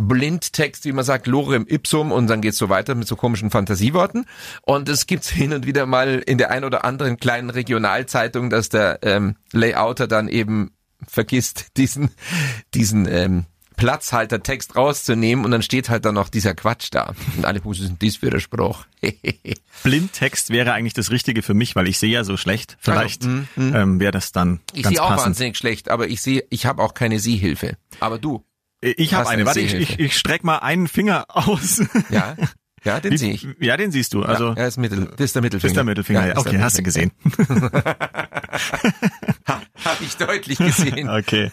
Blindtext, wie man sagt, Lorem Ipsum und dann geht's so weiter mit so komischen Fantasieworten. Und es gibt's hin und wieder mal in der ein oder anderen kleinen Regionalzeitung, dass der ähm, Layouter dann eben vergisst, diesen, diesen ähm, Platzhaltertext rauszunehmen und dann steht halt dann noch dieser Quatsch da. Und alle Buße sind dies für der Spruch. Blindtext wäre eigentlich das Richtige für mich, weil ich sehe ja so schlecht. Vielleicht Also, mm, ähm, wäre das dann ich ganz sehe auch passend. wahnsinnig schlecht, aber ich sehe, ich habe auch keine Sehhilfe. Aber du, Ich Hast habe eine eine. Warte, ich, Sehhilfe. ich, ich streck mal einen Finger aus. ja, ja, den sehe ich. Ja, den siehst du. Also ja, er ist Mittel, das ist der Mittelfinger. ist der Mittelfinger. Ah, Ja, Ja, ist okay, der hast du gesehen. Mittelfinger. Hab ich deutlich gesehen. Okay.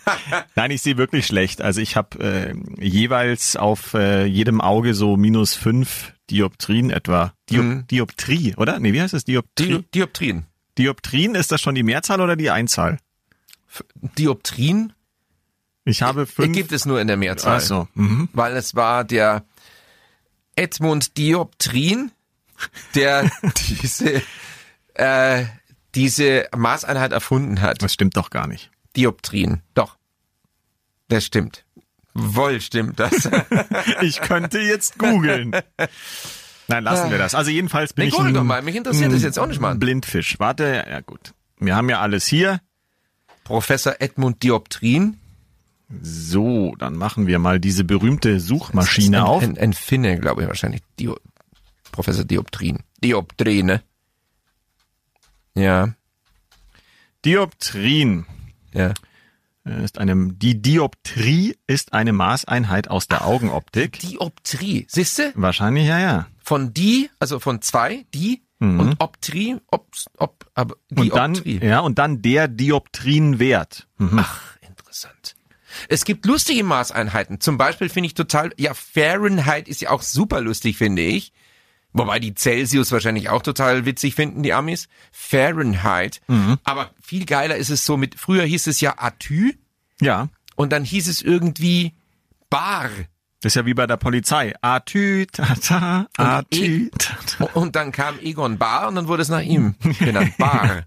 Nein, ich sehe wirklich schlecht. Also ich habe äh, jeweils auf äh, jedem Auge so minus fünf Dioptrien etwa. Diop Mhm. Dioptrie, oder? Nee, wie heißt es? Dioptrie. Di Dioptrien. Dioptrien, ist das schon die Mehrzahl oder die Einzahl? Dioptrien Ich habe fünf. Äh, gibt es nur in der Mehrzahl. Ach so. Mhm. Weil es war der Edmund Dioptrin, der diese, äh, diese Maßeinheit erfunden hat. Das stimmt doch gar nicht. Dioptrien. Doch. Das stimmt. Wohl stimmt das. Ich könnte jetzt googeln. Nein, lassen wir das. Also jedenfalls bin Ah. Nee, ich google ein, doch mal. Mich interessiert ein das jetzt auch nicht mal. Blindfisch. Warte, ja gut. Wir haben ja alles hier. Professor Edmund Dioptrin. So, dann machen wir mal diese berühmte ein, Suchmaschine auf. Ein, ein Finne, glaube ich wahrscheinlich. Dio Professor Dioptrin. Dioptrine. Ja, Dioptrien ja. äh, ist eine, die Dioptrie ist eine Maßeinheit aus der Augenoptik. Dioptrie. Siehste? Wahrscheinlich, ja, ja. von die, also von zwei, die und Optri, ob, ob, aber die Mhm. Und dann, Optri. ja, und dann der Dioptrienwert. Mhm. Ach, interessant. Es gibt lustige Maßeinheiten. Zum Beispiel finde ich total, ja, Fahrenheit ist ja auch super lustig, finde ich. Wobei die Celsius wahrscheinlich auch total witzig finden, die Amis. Fahrenheit. Mhm. Aber viel geiler ist es so mit, früher hieß es ja Atü Ja. und dann hieß es irgendwie Bar. Das ist ja wie bei der Polizei. Atü, tata, atü, eh- tata. Und dann kam Egon Bar und dann wurde es nach ihm genannt. Bar.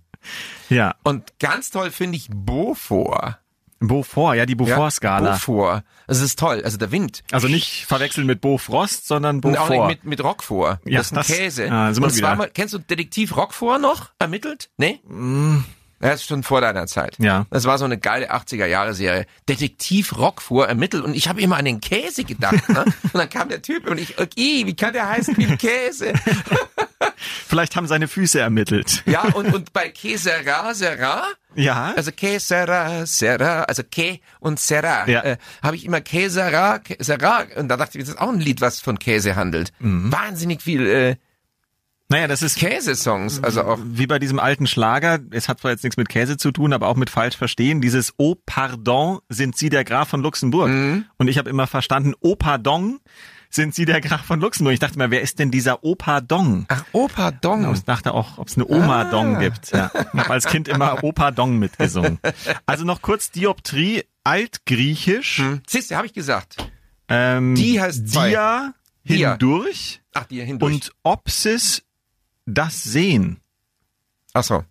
E. Ja. Und ganz toll finde ich Beaufort. Beaufort, ja, die Ja? Beaufort-Skala. Beaufort. Das ist toll. Also der Wind. Also nicht verwechseln mit Beaufrost, sondern Und auch Beaufort. nicht mit, mit Roquefort. Ja, das ist ein das- Käse. ah, sind wir und zwar wieder. mal, kennst du Detektiv Roquefort noch? Ermittelt? Nee? Das ist schon vor deiner Zeit. Mm. Ja. Das war so eine geile 80er-Jahre-Serie. Detektiv Roquefort ermittelt. Und ich habe immer an den Käse gedacht. Ne? und dann kam der Typ und ich, okay, wie kann der heißen wie Käse? Vielleicht haben seine Füße ermittelt. ja, und, und bei Käsera, Sera, Ja. Also que sera, sera, also que und sera. Ja. Äh, Habe ich immer que sera, que sera. Und da dachte ich, das ist auch ein Lied, was von Käse handelt. Mhm. Wahnsinnig viel äh, Naja, das ist Käsesongs, also auch. wie bei diesem alten Schlager, es hat zwar jetzt nichts mit Käse zu tun, aber auch mit falsch verstehen, dieses Oh pardon, sind Sie der Graf von Luxemburg? Mhm. Und ich habe immer verstanden, Oh pardon, sind Sie der Graf von Luxemburg? Ich dachte mir, wer ist denn dieser Oh pardon? Ach, Ah. Opa Dong. Ich dachte auch, ob es eine Oma Dong gibt. Ja. Ich habe als Kind immer Opa Dong mitgesungen. Also noch kurz Dioptrie, altgriechisch. Siehst du, habe ich gesagt. Ähm, Hm. Die heißt zwei. Dia Dia. hindurch Ach, die hindurch. und Opsis das Sehen. Ach so.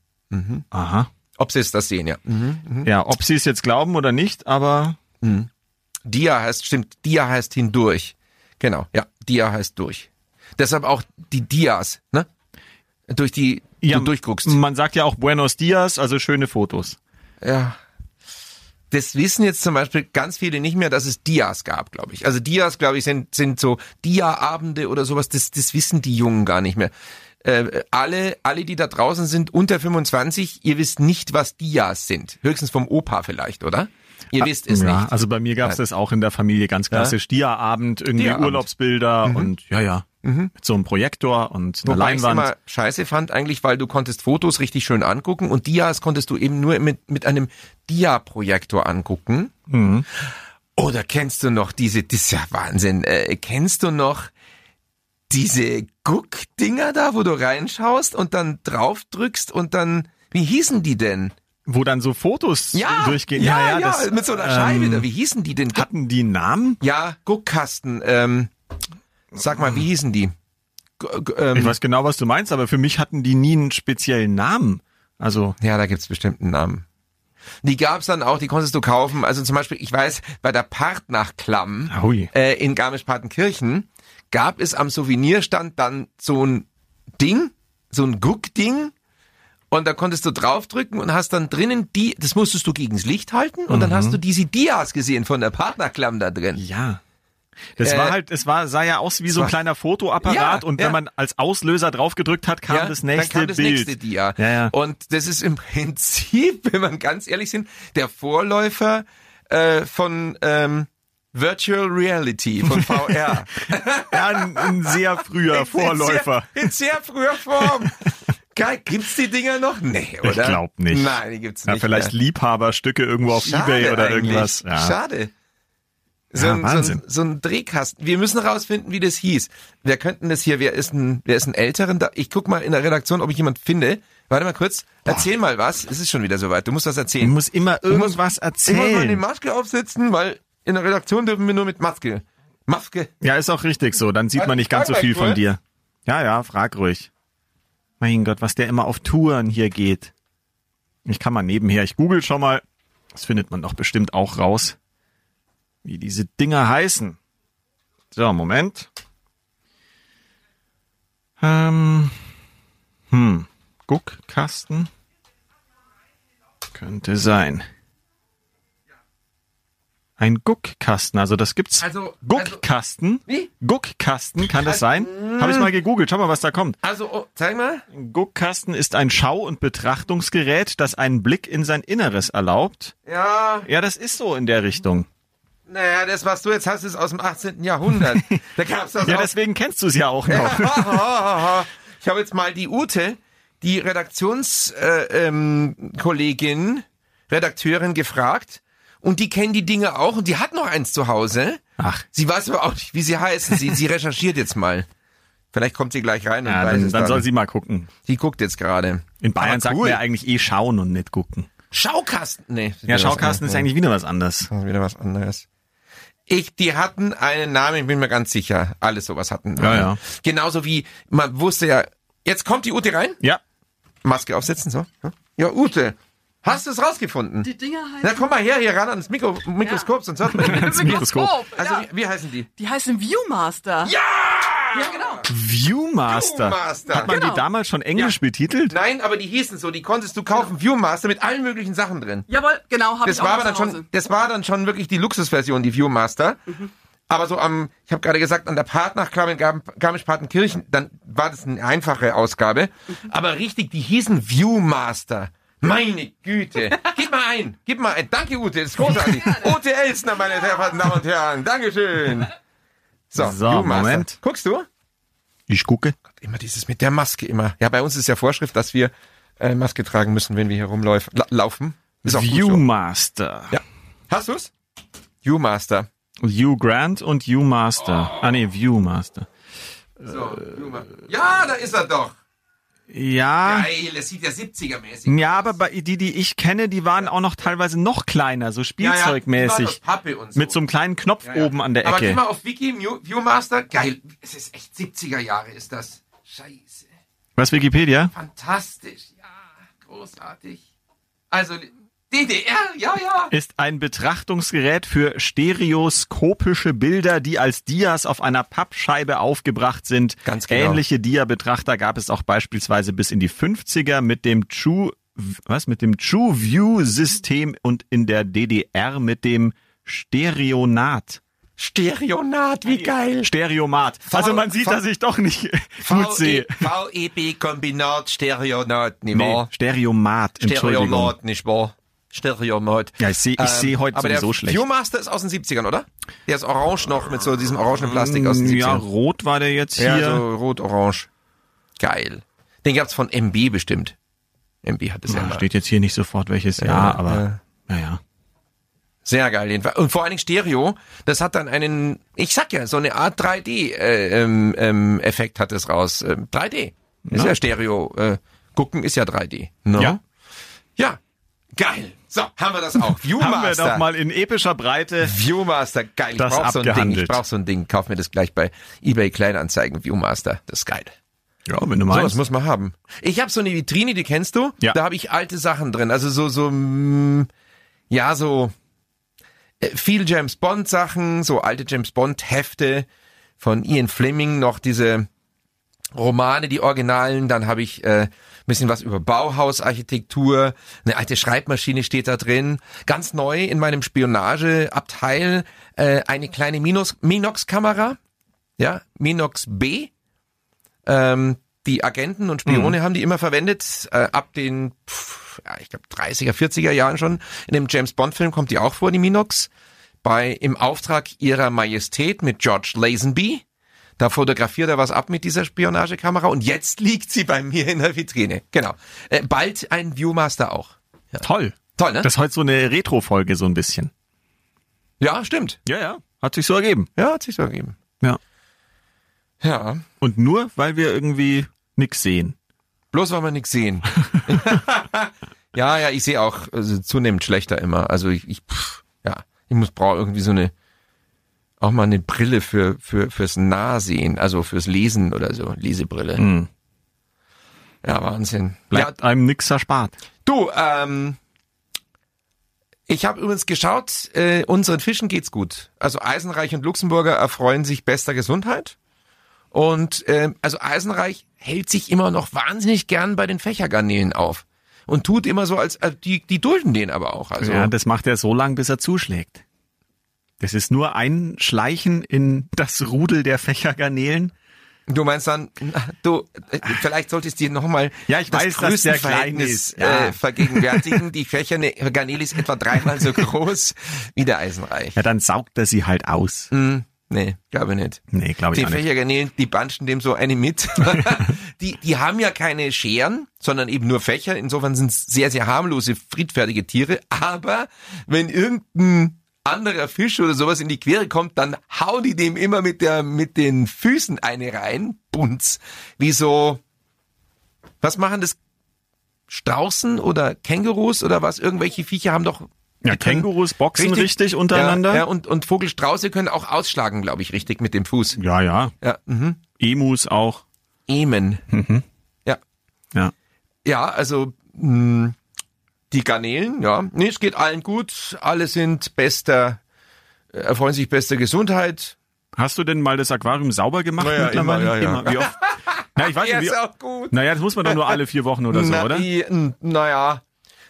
Aha. Ob sie es das sehen, ja. Mhm. Ja, ob sie es jetzt glauben oder nicht, aber Dia heißt, stimmt, Dia heißt hindurch. Genau, ja, Dia heißt durch. Deshalb auch die Dias, ne? Durch die ja, du durchguckst. Man sagt ja auch Buenos Dias, also schöne Fotos. Ja. Das wissen jetzt zum Beispiel ganz viele nicht mehr, dass es Dias gab, glaube ich. Also Dias, glaube ich, sind, sind so Dia-Abende oder sowas. Das, das wissen die Jungen gar nicht mehr. Äh, alle, alle, die da draußen sind, unter 25, ihr wisst nicht, was Dias sind. Höchstens vom Opa vielleicht, oder? Ihr wisst es ja, nicht. also bei mir gab's das auch in der Familie ganz klassisch. Dia-Abend, irgendwie Dia-Abend. Mhm. Urlaubsbilder und ja, ja. Mit so einem Projektor und einer Wobei ich Leinwand. immer scheiße fand eigentlich, weil du konntest Fotos richtig schön angucken und Dias konntest du eben nur mit, mit einem Dia-Projektor angucken. Mhm. Oder kennst du noch diese, das ist ja Wahnsinn, äh, kennst du noch diese Guck-Dinger da, wo du reinschaust und dann draufdrückst und dann, wie hießen die denn? wo dann so Fotos durchgehen. ja, ja, das, mit so einer Scheibe ähm, da, wie hießen die denn? Guck- Hatten die einen Namen? ja, Guckkasten, ähm, sag mal, wie hießen die? G g- Ich ähm, weiß genau, was du meinst, aber für mich hatten die nie einen speziellen Namen. Also Ja, da gibt's bestimmt einen Namen. Die gab's dann auch, die konntest du kaufen. Also zum Beispiel, ich weiß, bei der Partnachklamm Ahui. äh, in Garmisch-Partenkirchen gab es am Souvenirstand dann so ein Ding, so ein Guck-Ding. Und da konntest du draufdrücken und hast dann drinnen die, das musstest du gegens Licht halten und dann hast du diese Dias gesehen von der Partnerklamm da drin. Ja. Das Äh, war halt, es war, sah ja aus wie so ein war- kleiner Ja, Fotoapparat und ja. wenn man als Auslöser draufgedrückt hat, kam Ja, das nächste dann kam das Bild. nächste Dia. Ja, ja. Und das ist im Prinzip, wenn man ganz ehrlich sind, der Vorläufer äh, von ähm, Virtual Reality von VR. Ja, ein, ein sehr früher Vorläufer. In sehr, in sehr früher Form. Geil, gibt's die Dinger noch? Nee, oder? Ich glaub nicht. Nein, die gibt's Ja, nicht. vielleicht mehr. Liebhaberstücke irgendwo auf Schade Ebay oder eigentlich. irgendwas. Ja. Schade. So, Ja, ein, so, Wahnsinn. ein, so ein Drehkasten. Wir müssen rausfinden, wie das hieß. Wir könnten das hier, wer ist ein, wer ist ein älteren? Da, ich guck mal in der Redaktion, ob ich jemand finde. Warte mal kurz. Erzähl mal was. Es ist schon wieder soweit. Du musst was Ich erzählen. muss immer irgendwas Ich muss mal die erzählen. Maske aufsetzen, weil in der Redaktion dürfen wir nur mit Maske. Maske. Ja, ist auch richtig so. Dann sieht man nicht ganz so viel von dir. Ja, ja, frag ruhig. Mein Gott, was der immer auf Touren hier geht. Ich kann mal nebenher, ich google schon mal. Das findet man doch bestimmt auch raus. Wie diese Dinger heißen. So, Moment. Ähm, hm, Guckkasten. Könnte sein. Ein Guckkasten, also das gibt's. Also- Guckkasten? Wie? Guckkasten, kann das sein? Habe ich mal gegoogelt, schau mal, was da kommt. Also, oh, zeig mal. Ein Guckkasten ist ein Schau- und Betrachtungsgerät, das einen Blick in sein Inneres erlaubt. Ja, Ja, das ist so in der Richtung. naja, das, was du jetzt hast, ist aus dem 18. Jahrhundert. Da gab's das Ja, Also auch deswegen kennst du es ja auch noch. Ich habe jetzt mal die Ute, die Redaktionskollegin, äh, ähm, Kollegin, Redakteurin gefragt und die kennt die Dinge auch und die hat noch eins zu Hause. Ach. Sie weiß aber auch nicht, wie sie heißen. Sie, sie recherchiert jetzt mal. Vielleicht kommt sie gleich rein und Ja, weiß dann, es dann dann. soll sie mal gucken. die guckt jetzt gerade. In Bayern Aber sagt man ja eigentlich eh schauen und nicht gucken. Schaukasten. Nee. Ja, Schaukasten ist eigentlich wieder was anderes. Das ist wieder was anderes. Ich, die hatten einen Namen, ich bin mir ganz sicher. Alles sowas hatten. einen Ja, Namen. ja. Genauso wie, man wusste ja, jetzt kommt die Ute rein. Ja, Maske aufsetzen, so. ne? Ja, Ute, hast du es rausgefunden? Die Dinger heißen Na, komm mal her, hier ran ans Mikro Mikroskop, sonst hört man nicht. Mikroskop. Also, ja. wie, wie heißen die? Die heißen Viewmaster. Ja! Ja, genau. Viewmaster. Viewmaster. Hat man Genau. die damals schon englisch betitelt? Nein, aber die hießen so, die konntest du kaufen, Genau. Viewmaster, mit allen möglichen Sachen drin. Jawohl, genau, habe ich Das auch war aber noch dann zu Hause. Mhm. schon, das war dann schon wirklich die Luxusversion, die Viewmaster. Aber so am, ich habe gerade gesagt, an der Partnachklamm in Gar- Mhm. Garmisch-Partenkirchen, dann war das eine einfache Ausgabe. Aber richtig, die hießen Viewmaster. Meine Güte. Gib mal ein. Gib mal ein. Danke, Ute. Das ist großartig. Ute Elsner, meine sehr verehrten Damen und Herren. Dankeschön. So, So, Viewmaster. Moment. Guckst du? Ich gucke. Immer dieses mit der Maske immer. Ja, bei uns ist ja Vorschrift, dass wir äh, Maske tragen müssen, wenn wir hier rumlaufen. La laufen. Ist auch gut so. Viewmaster. Ja. Hast du's? Viewmaster. View Grant und Viewmaster. Ah nee, Viewmaster. So, ja, da ist er doch. Ja. Geil, das sieht ja 70er-mäßig. Ah. Ja, aber bei, die, die ich kenne, die waren auch noch teilweise noch kleiner, so spielzeugmäßig. Pappe und Mit so einem kleinen Knopf oben an der Aber geh Ecke. mal auf Wiki, Mu- Viewmaster. Geil, es ist echt 70er Jahre ist das. Scheiße. Was, Wikipedia? Fantastisch. Ja, großartig. Also DDR, ja, ja. Ist ein Betrachtungsgerät für stereoskopische Bilder, die als Dias auf einer Pappscheibe aufgebracht sind. Ganz genau. Ähnliche Dia-Betrachter gab es auch beispielsweise bis in die 50er mit dem True, was, mit dem True View System und in der DDR mit dem Stereonat. Stereonat, wie geil. Stereomat. Also man sieht, V- E- dass ich doch nicht gut sehe. VEB-Kombinat Stereonat, nicht Nee, wahr? Stereomat, Entschuldigung. Stereonat, nicht wahr? Stereonat. Ja, ich sehe ich seh Ähm, heute aber sowieso der schlecht. Viewmaster ist aus den 70ern, oder? Der ist orange noch, mit so diesem orangenen Plastik aus den 70ern. Mm, Ja, rot war der jetzt hier. Ja, so rot-orange. Geil. Den gab's von MB bestimmt. MB hat es ja Ah, immer. steht jetzt hier nicht sofort welches Jahr, aber naja. Sehr geil. jedenfalls. Und vor allen Dingen Stereo, das hat dann einen, ich sag ja, so eine Art 3D-Effekt äh, ähm, ähm, Effekt hat es raus. Ähm, 3D. Ist ja, Stereo. Äh, gucken ist ja 3D. No? Ja. Ja. Geil. So, haben wir das auch. Haben wir Viewmaster. doch mal in epischer Breite. Äh, Viewmaster, geil. Ich Das brauch so ein Ding. Ich abgehandelt. brauch so ein Ding. Kauf mir das gleich bei eBay Kleinanzeigen. Viewmaster. Das ist geil. Ja, wenn du So, das muss man haben. Ich habe so eine Vitrine, die kennst du. Ja. Da habe ich alte Sachen drin. Also so, so, mm, ja, so äh, viel James Bond Sachen, so alte James Bond Hefte von Ian Fleming, noch diese Romane, die Originalen. Dann habe ich äh, bisschen was über Bauhausarchitektur. Eine alte Schreibmaschine steht da drin. Ganz neu in meinem Spionageabteil äh, eine kleine Minus Minox-Kamera. Ja, Minox B. Ähm, die Agenten und Spione haben die immer verwendet, äh, ab den, pff, ja, ich glaube, 30er, 40er Jahren schon. In dem James Bond-Film kommt die auch vor, die Minox. Bei Im Auftrag ihrer Majestät mit George Lazenby. Da fotografiert er was ab mit dieser Spionagekamera und jetzt liegt sie bei mir in der Vitrine. Genau. Äh, bald ein Viewmaster auch. Toll. Toll, ne? Das ist heute so eine Retro-Folge so ein bisschen. ja, stimmt. Ja, ja. Hat sich so ergeben. Ja, hat sich so ergeben. Ja. Ja. Und nur, weil wir irgendwie nix sehen. Bloß weil wir nichts sehen. ja, ja, ich sehe auch also, zunehmend schlechter immer. Also ich, ich pff, ja, ich muss brauche irgendwie so eine auch mal eine Brille für für fürs Nahsehen, also fürs Lesen oder so, Lesebrille. Ja, Wahnsinn. Ja, Bleibt einem nix erspart. du, ähm, ich habe übrigens geschaut, äh, unseren Fischen geht's gut. Also Eisenreich und Luxemburger erfreuen sich bester Gesundheit. Und ähm, also Eisenreich hält sich immer noch wahnsinnig gern bei den Fächergarnelen auf. Und tut immer so, als äh, die, die dulden den aber auch. Also Ja, das macht er so lang, bis er zuschlägt. Das ist nur ein Schleichen in das Rudel der Fächergarnelen. du meinst dann, na, du, äh, vielleicht solltest du dir nochmal Ja, ich das weiß, dass der Größenverhältnis, klein ist, ja. äh, vergegenwärtigen. Die Fächergarnele ist etwa dreimal so groß wie der Eisenreich. Ja, dann saugt er sie halt aus. Hm, nee, glaube nicht. Nee, glaube ich Die auch nicht. Fächergarnelen, die banschen dem so eine mit. die, die haben ja keine Scheren, sondern eben nur Fächer. Insofern sind es sehr, sehr harmlose, friedfertige Tiere. Aber wenn irgendein anderer Fisch oder sowas in die Quere kommt, dann hauen die dem immer mit der, mit den Füßen eine rein. Bunz. Wie so, was machen das? Straußen oder Kängurus oder was? Irgendwelche Viecher haben doch Ja, die können- Kängurus boxen richtig, untereinander. ja, ja und, und Vogelstrauße können auch ausschlagen, glaube ich, richtig mit dem Fuß. Ja, ja. Ja, mhm. Emus auch. Emen. Ja. Ja. ja, also mh, die Garnelen, ja. Nee, es geht allen gut. Alle sind bester, äh, erfreuen sich bester Gesundheit. Hast du denn mal das Aquarium sauber gemacht Naja, mittlerweile? immer, ja, ja. Wie oft? Na, ich weiß Ja, nicht, wie, ist auch gut. naja, das muss man doch nur alle vier Wochen oder so, Also Na, oder? die- n- naja,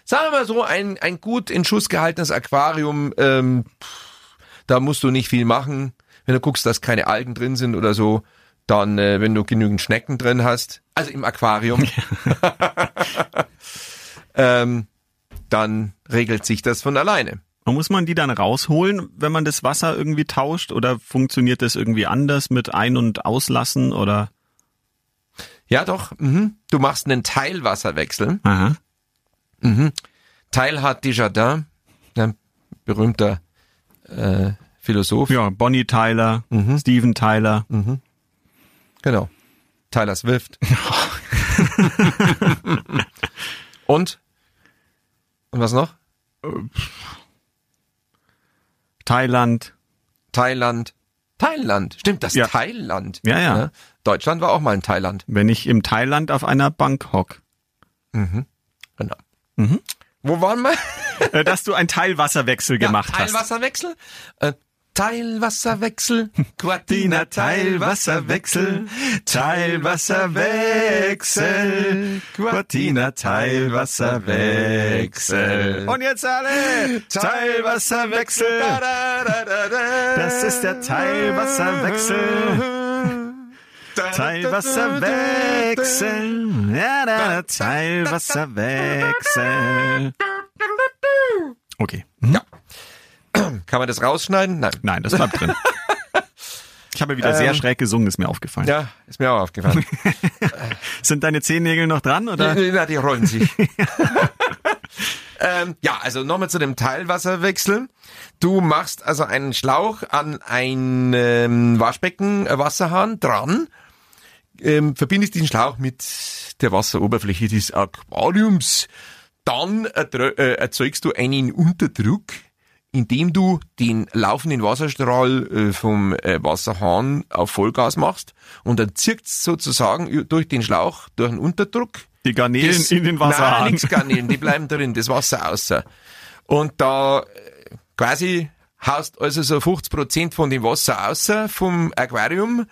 sagen wir mal so, ein, ein gut in Schuss gehaltenes Aquarium, ähm, pff, da musst du nicht viel machen. Wenn du guckst, dass keine Algen drin sind oder so, dann, äh, wenn du genügend Schnecken drin hast, also im Aquarium, ähm, dann regelt sich das von alleine. Und muss man die dann rausholen, wenn man das Wasser irgendwie tauscht? Oder funktioniert das irgendwie anders mit Ein- und Auslassen? Oder? Ja, doch. Mhm. Du machst einen Teilwasserwechsel. Aha. Teilhard Desjardins, ein berühmter äh, Philosoph. Ja, Bonnie Tyler, Mhm. Steven Tyler. Genau. Tyler Swift. Und? Und was noch? Thailand. Thailand. Thailand. Stimmt, das Ja. Thailand. Ne? Ja, ja. Deutschland war auch mal in Thailand. Wenn ich im Thailand auf einer Bank hock. Genau. Mhm. Wo waren wir? Äh, Dass du einen Teilwasserwechel gemacht ja, hast. Teilwasserwechsel? Äh, Teilwasserwechsel. Quartina Martina, Teilwasserwechsel, Teilwasserwechsel, Quartina, Teilwasserwechsel. Und jetzt alle, Teilwasserwechsel, das ist der Teilwasserwechsel, Teilwasserwechsel, ja, da, da, Teilwasserwechsel. Okay, Kann man das rausschneiden? Nein. nein, das bleibt drin. Ich habe wieder sehr schräg gesungen, ist mir aufgefallen. Ja, ist mir auch aufgefallen. Sind deine Zehennägel noch dran oder? Die- Na, die rollen sich. ähm, ja, also nochmal zu dem Teilwasserwechsel. Du machst also einen Schlauch an ein ähm, Waschbecken, äh, Wasserhahn dran, ähm, verbindest diesen Schlauch mit der Wasseroberfläche des Aquariums. Dann ertrö- äh, erzeugst du einen Unterdruck, indem du den laufenden Wasserstrahl äh, vom äh, Wasserhahn auf Vollgas machst und dann zirkt's sozusagen ü- durch den Schlauch, durch einen Unterdruck Die Garnelen das- in den Nein, Wasserhahn. nichts Garnelen, die bleiben drin, das Wasser außer. Und da äh, quasi haust also so 50% von dem Wasser außer vom Aquarium.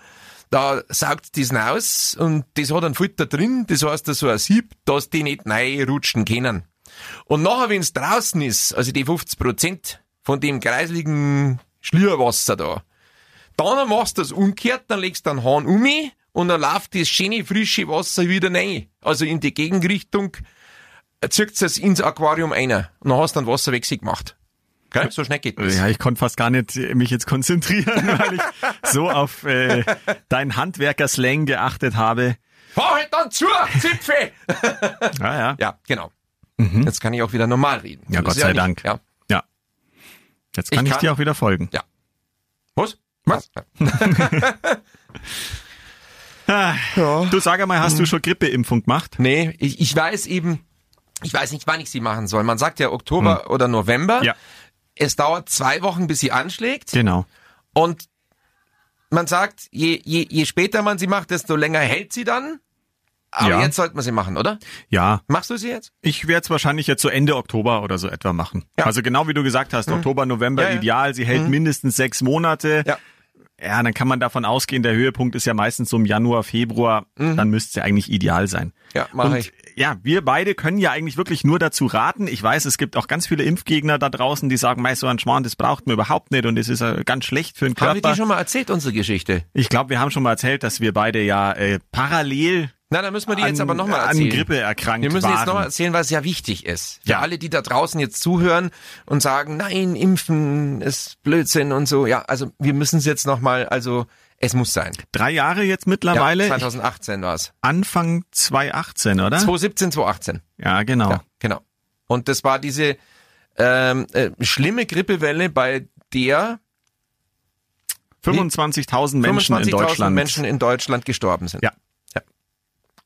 Da saugt diesen aus und das hat einen Filter drin, das heißt, da so ein Sieb, dass die nicht neu rutschen können. Und nachher, wenn's draußen ist, also die 50% von dem kreisligen Schlierwasser da, dann machst du das umgekehrt, dann legst du den Hahn um und dann läuft das schöne frische Wasser wieder rein. Also in die Gegenrichtung zirkt es ins Aquarium rein. Und dann hast du den Wasserwechsel gemacht. Gell? So schnell geht das. Äh, Ja, ich konnte fast gar nicht äh, mich jetzt konzentrieren, weil ich so auf äh, deinen Handwerker-Slang geachtet habe. Fahr halt dann zu, Zipfe! Ja, ja. ja, genau. Jetzt kann ich auch wieder normal reden. Ja, Das Gott ist sei nicht- Dank. Ja. Ja. Jetzt kann Ich ich, kann- dir auch wieder folgen. Was? Was? Ah. Du sag einmal, hast du schon Grippeimpfung gemacht? Nee, ich, ich weiß eben, ich weiß nicht, wann ich sie machen soll. Man sagt ja Oktober oder November. Hm. Ja. Es dauert zwei Wochen, bis sie anschlägt. Genau. Und man sagt, je, je, je später man sie macht, desto länger hält sie dann. Aber Ja. jetzt sollte man sie machen, oder? Ja, Machst du sie jetzt? ich werde es wahrscheinlich jetzt so Ende Oktober oder so etwa machen. Ja. Mhm. Also genau wie du gesagt hast, Oktober, November Ja, ja. ideal. Sie hält mindestens sechs Monate. Ja. Ja, dann kann man davon ausgehen, der Höhepunkt ist ja meistens so im Januar, Februar. Dann müsste es ja eigentlich ideal sein. Mhm. Ja, mach Und ich. ja, wir beide können ja eigentlich wirklich nur dazu raten. Ich weiß, es gibt auch ganz viele Impfgegner da draußen, die sagen, meist so ein Schmarrn, das braucht man überhaupt nicht und das ist äh, ganz schlecht für den Haben wir Körper. dir schon mal erzählt, unsere Geschichte? ich glaube, wir haben schon mal erzählt, dass wir beide ja äh, parallel Na, dann müssen wir die an, jetzt aber nochmal an erzählen. Grippe erkrankt wir müssen waren. jetzt nochmal erzählen, was ja wichtig ist. Für Ja. alle, die da draußen jetzt zuhören und sagen, nein, impfen ist Blödsinn und so. Ja, also wir müssen es jetzt nochmal, also es muss sein. Drei Jahre jetzt Ja, mittlerweile, Ah. Ich- 2018 war's. Anfang 2018, oder? 2017, 2018. ja, genau. Ja, genau. Und das war diese ähm, äh, schlimme Grippewelle, bei der 25.000 Menschen in 25.000 Deutschland. Menschen in Deutschland gestorben sind. Ja.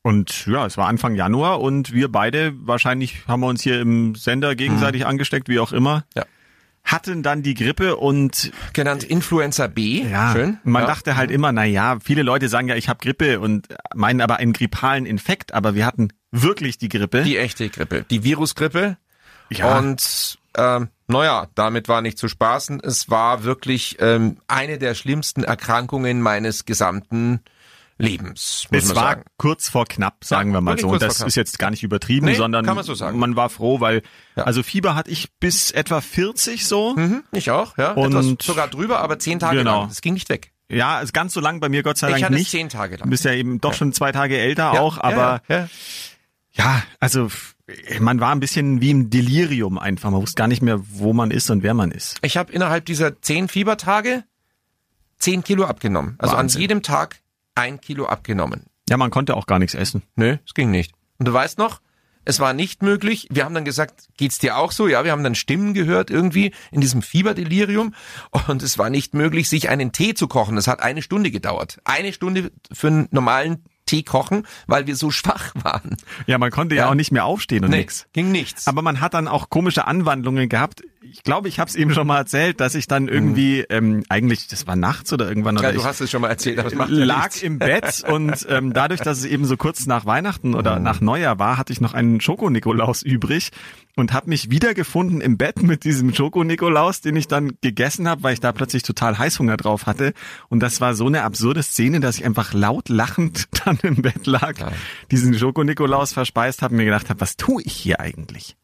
Und ja, es war Anfang Januar und wir beide, wahrscheinlich haben wir uns hier im Sender gegenseitig angesteckt, wie auch immer, Mhm. Ja. hatten dann die Grippe und Genannt Influenza B. ja, Schön. man ja. dachte halt immer, na ja, viele Leute sagen ja, ich habe Grippe und meinen aber einen grippalen Infekt, aber wir hatten wirklich die Grippe. Die echte Grippe. Die Virusgrippe. ja, Und ähm, naja, damit war nicht zu spaßen. Es war wirklich ähm, eine der schlimmsten Erkrankungen meines gesamten Lebens, muss es man war sagen. kurz vor knapp, sagen Ja, wir mal wirklich so. kurz Und vor das knapp. ist jetzt gar nicht übertrieben, Nee, sondern kann man so sagen. man war froh, weil Ja. also Fieber hatte ich bis etwa 40 so. Hm, ich auch, ja. Und- etwas sogar drüber, aber zehn Tage Genau. lang. Es ging nicht weg. Ja, ist ganz so lang bei mir Gott sei Ich Dank hatte es nicht. zehn Tage lang. Du bist ja eben doch schon zwei Tage älter Ja, auch, aber ja, ja, ja. Ja, also f- man war ein bisschen wie im Delirium einfach. Man wusste gar nicht mehr, wo man ist und wer man ist. Ich habe innerhalb dieser zehn Fiebertage zehn Kilo abgenommen. Also Wahnsinn. an jedem Tag ein Kilo abgenommen. Ja, man konnte auch gar nichts essen. Nö, es ging nicht. Und du weißt noch, es war nicht möglich. Wir haben dann gesagt, geht's dir auch so? Ja, wir haben dann Stimmen gehört irgendwie in diesem Fieberdelirium und es war nicht möglich, sich einen Tee zu kochen. Es hat eine Stunde gedauert. Eine Stunde für einen normalen Tee kochen, weil wir so schwach waren. Ja, man konnte ja, Ja. auch nicht mehr aufstehen und Nee, nix. ging nichts. Aber man hat dann auch komische Anwandlungen gehabt. Ich glaube, ich habe es eben schon mal erzählt, dass ich dann irgendwie, ähm, eigentlich, das war nachts oder irgendwann, Mhm. ja, oder du ich hast es schon mal erzählt, aber es macht ja lag nichts. im Bett und ähm, dadurch, dass es eben so kurz nach Weihnachten oder Mhm. nach Neujahr war, hatte ich noch einen Schoko-Nikolaus übrig und habe mich wiedergefunden im Bett mit diesem Schoko-Nikolaus, den ich dann gegessen habe, weil ich da plötzlich total Heißhunger drauf hatte. Und das war so eine absurde Szene, dass ich einfach laut lachend dann im Bett lag, diesen Schoko-Nikolaus verspeist habe, mir gedacht habe, was tue ich hier eigentlich?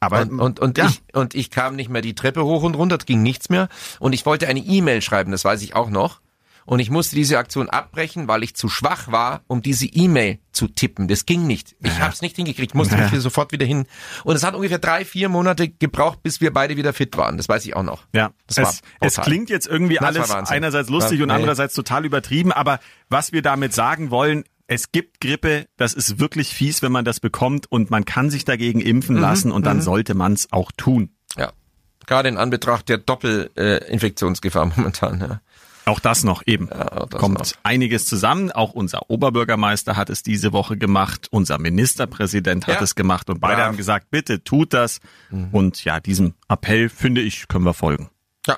Aber Und, und, und, ja. ich, und ich kam nicht mehr die Treppe hoch und runter, es ging nichts mehr. Und ich wollte eine E-Mail schreiben, das weiß ich auch noch. Und ich musste diese Aktion abbrechen, weil ich zu schwach war, um diese E-Mail zu tippen. Das ging nicht. Ich habe es nicht hingekriegt, ich musste mich hier sofort wieder hin. Und es hat ungefähr drei, vier Monate gebraucht, bis wir beide wieder fit waren. Das weiß ich auch noch. Ja, das war es, es brutal. klingt jetzt irgendwie war alles Wahnsinn. einerseits lustig Ja, und nee. andererseits total übertrieben, aber was wir damit sagen wollen, es gibt Grippe, das ist wirklich fies, wenn man das bekommt und man kann sich dagegen Mhm, impfen lassen und dann sollte man es auch tun. Ja. Gerade in Anbetracht der Doppelinfektionsgefahr äh, Infektionsgefahr momentan. Ja. Auch das noch eben. auch das Kommt noch. einiges zusammen. Auch unser Oberbürgermeister hat es diese Woche gemacht. Unser Ministerpräsident hat Ja. Mhm. es gemacht. Und beide Brav. haben gesagt, bitte tut das. Und ja, diesem Appell, finde ich, können wir folgen. ja,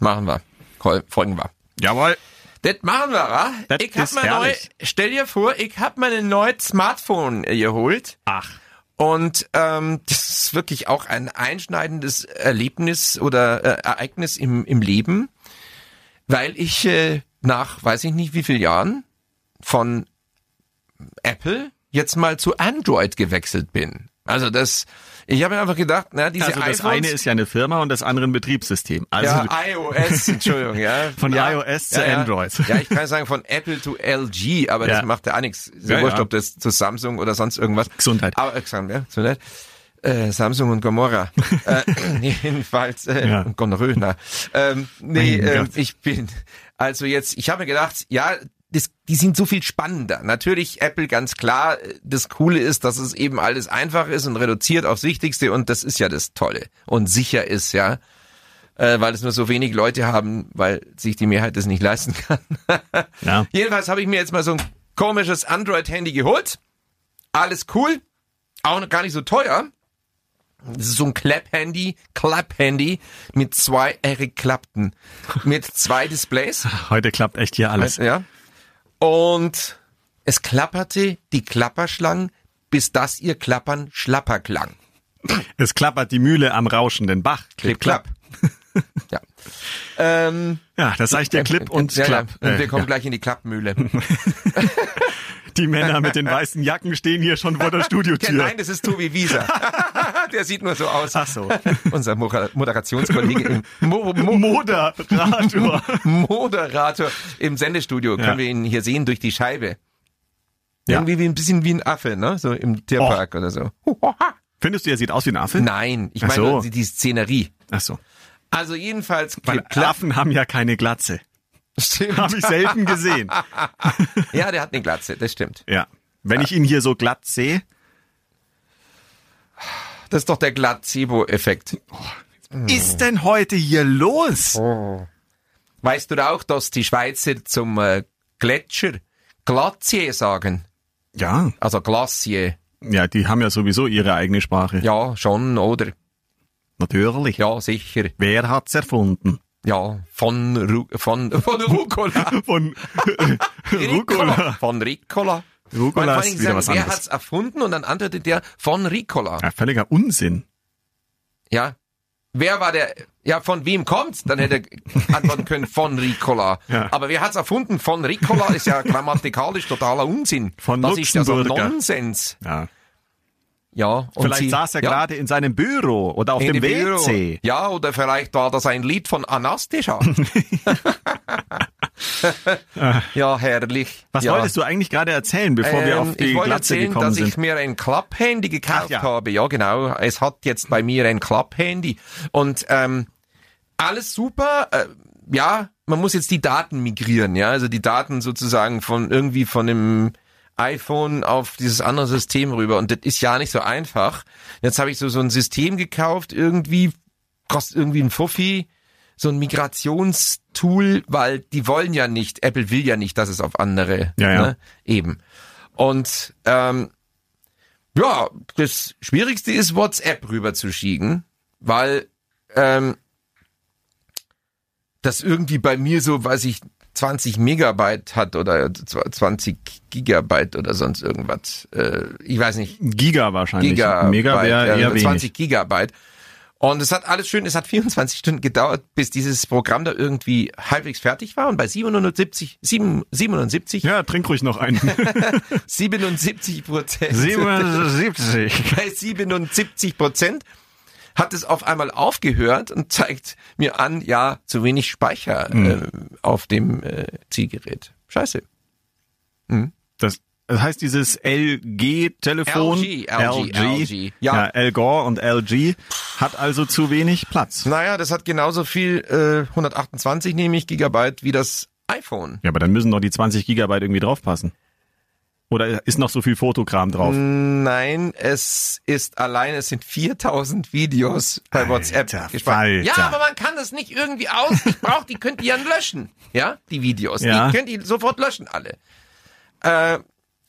machen wir. Cool, Folgen wir. Jawohl. Das machen wir, wa? Das ich hab ist mal neu, herrlich. stell dir vor, ich hab mir ein neues Smartphone äh, geholt. Ach. Und ähm, das ist wirklich auch ein einschneidendes Erlebnis oder äh, Ereignis im, im Leben, weil ich äh, nach weiß ich nicht wie vielen Jahren von Apple jetzt mal zu Android gewechselt bin. Also das, ich habe mir einfach gedacht, na, diese Also das iPhones, eine ist ja eine Firma und das andere ein Betriebssystem. Also ja, iOS, Entschuldigung, ja. Von ja, iOS ja, zu ja. Android. Ja, ich kann sagen von Apple zu LG, aber Ja. das macht ja auch nichts. Ist ja Ja, wurscht, ja. ob das zu Samsung oder sonst irgendwas. Gesundheit. Aber, äh, Gesundheit, ja, Gesundheit. Äh, Samsung und Gomorra. äh, jedenfalls, äh, Ja. und Gonorrhoe, na. Ähm, nee, Mein ähm, Gott. ich bin, also jetzt, ich habe mir gedacht, ja, das, die sind so viel spannender. Natürlich Apple ganz klar. äh, Das Coole ist, dass es eben alles einfach ist und reduziert aufs Wichtigste und das ist ja das Tolle und sicher ist, ja äh, weil es nur so wenig Leute haben, weil sich die Mehrheit das nicht leisten kann. Ja. Jedenfalls habe ich mir jetzt mal so ein komisches Android-Handy geholt. Alles cool, auch noch gar nicht so teuer. Das ist so ein Clap-Handy, Clap-Handy mit zwei Eric Clapton, mit zwei Displays. Heute klappt echt hier alles. Ja. Und es klapperte die Klapperschlangen, bis das ihr Klappern schlapper klang. Es klappert die Mühle am rauschenden Bach. Clip, klapp. ja. Ähm, Ja, das sage ich dir Clip und ja, Klapp. Ja. Und Äh, wir kommen ja. gleich in die Klappmühle. Die Männer mit den weißen Jacken stehen hier schon vor der Ja, Studiotür. nein, das ist Tobi Wieser. Der sieht nur so aus. Ach so. Unser Mora- Moderationskollege im Mo Mo Moderator. Moderator im Sendestudio. Ja. Können wir ihn hier sehen durch die Scheibe. Ja. Irgendwie wie ein bisschen wie ein Affe, ne? So im Tierpark oder so. Findest du, er sieht aus wie ein Affe? Nein, ich Hm. Ach meine so. nur die, die Szenerie. Ach so. Also jedenfalls Weil Clip Clap. Affen haben ja keine Glatze. Stimmt. Habe ich selten gesehen. Ja, der hat eine Glatze, das stimmt. Ja. Wenn ich ihn hier so glatt sehe, Das ist doch der Placebo-Effekt. Oh. ist denn heute hier los? Weißt du da auch, dass die Schweizer zum äh, Gletscher Glacier sagen? Ja. Also Glacier. Ja, die haben ja sowieso ihre eigene Sprache. Ja, schon, oder? Natürlich. Ja, sicher. Wer hat's erfunden? Ja, von Ru von von Rucola. Von Ricola. Rucola. Von Ricola. Rucola Man kann ist nicht wieder was wer anderes. hat's erfunden? Und dann antwortet der von Ricola. Ja, völliger Unsinn. Ja. Wer war der? Ja, von wem kommt's? Dann hätte er antworten können von Ricola. Ja. Aber wer hat's erfunden? Von Ricola ist ja grammatikalisch totaler Unsinn. Von das ist ja so Luxemburger. Nonsens. Ja. Ja. Und Vielleicht sie- saß er ja, gerade in seinem Büro oder auf in dem dem Büro. WC. Ja, oder vielleicht war das ein Lied von Anastascha. Ja, herrlich. Was ja. wolltest du eigentlich gerade erzählen, bevor wir Ähm, auf die ich wollte Glatze erzählen, gekommen dass sind? ich mir ein Klapphandy gekauft Ach ja. habe. Ja, genau. Es hat jetzt bei mir ein Klapphandy. Und ähm, alles super. Äh, ja, man muss jetzt die Daten migrieren. Ja, also die Daten sozusagen von irgendwie von dem iPhone auf dieses andere System rüber. Und das ist ja nicht so einfach. Jetzt habe ich so so ein System gekauft. Irgendwie kostet irgendwie ein Fuffi. So ein Migrationstool, weil die wollen ja nicht, Apple will ja nicht, dass es auf andere Ja, ja. Ne? Eben. Und ähm, ja, das Schwierigste ist, WhatsApp rüberzuschieben, weil ähm, das irgendwie bei mir so, weiß ich, 20 Megabyte hat oder 20 Gigabyte oder sonst irgendwas. Äh, ich weiß nicht. Giga wahrscheinlich. Gigabyte, Mega wäre äh, eher wenig. 20 Gigabyte. Und es hat alles schön, es hat 24 Stunden gedauert, bis dieses Programm da irgendwie halbwegs fertig war. Und bei 77, 7, 77 Ja, trink ruhig noch einen. 77 Prozent. 77. Bei 77 Prozent hat es auf einmal aufgehört und zeigt mir an, ja, zu wenig Speicher Hm. äh, auf dem äh, Zielgerät. Scheiße. Das, das heißt dieses LG-Telefon. LG, LG, LG. Ja. Ja. Al Gore und LG hat also zu wenig Platz. Naja, das hat genauso viel, äh, 128 nämlich Gigabyte wie das iPhone. Ja, aber dann müssen doch die 20 Gigabyte irgendwie draufpassen. Oder ist noch so viel Fotokram drauf? Hm. Nein, es ist allein, es sind 4000 Videos bei Alter WhatsApp gespeichert. Ja, Falter. aber man kann das nicht irgendwie aus. Ich brauche, die könnt ihr dann löschen. Ja, die Videos. Ja. Die könnt ihr sofort löschen, alle. Äh,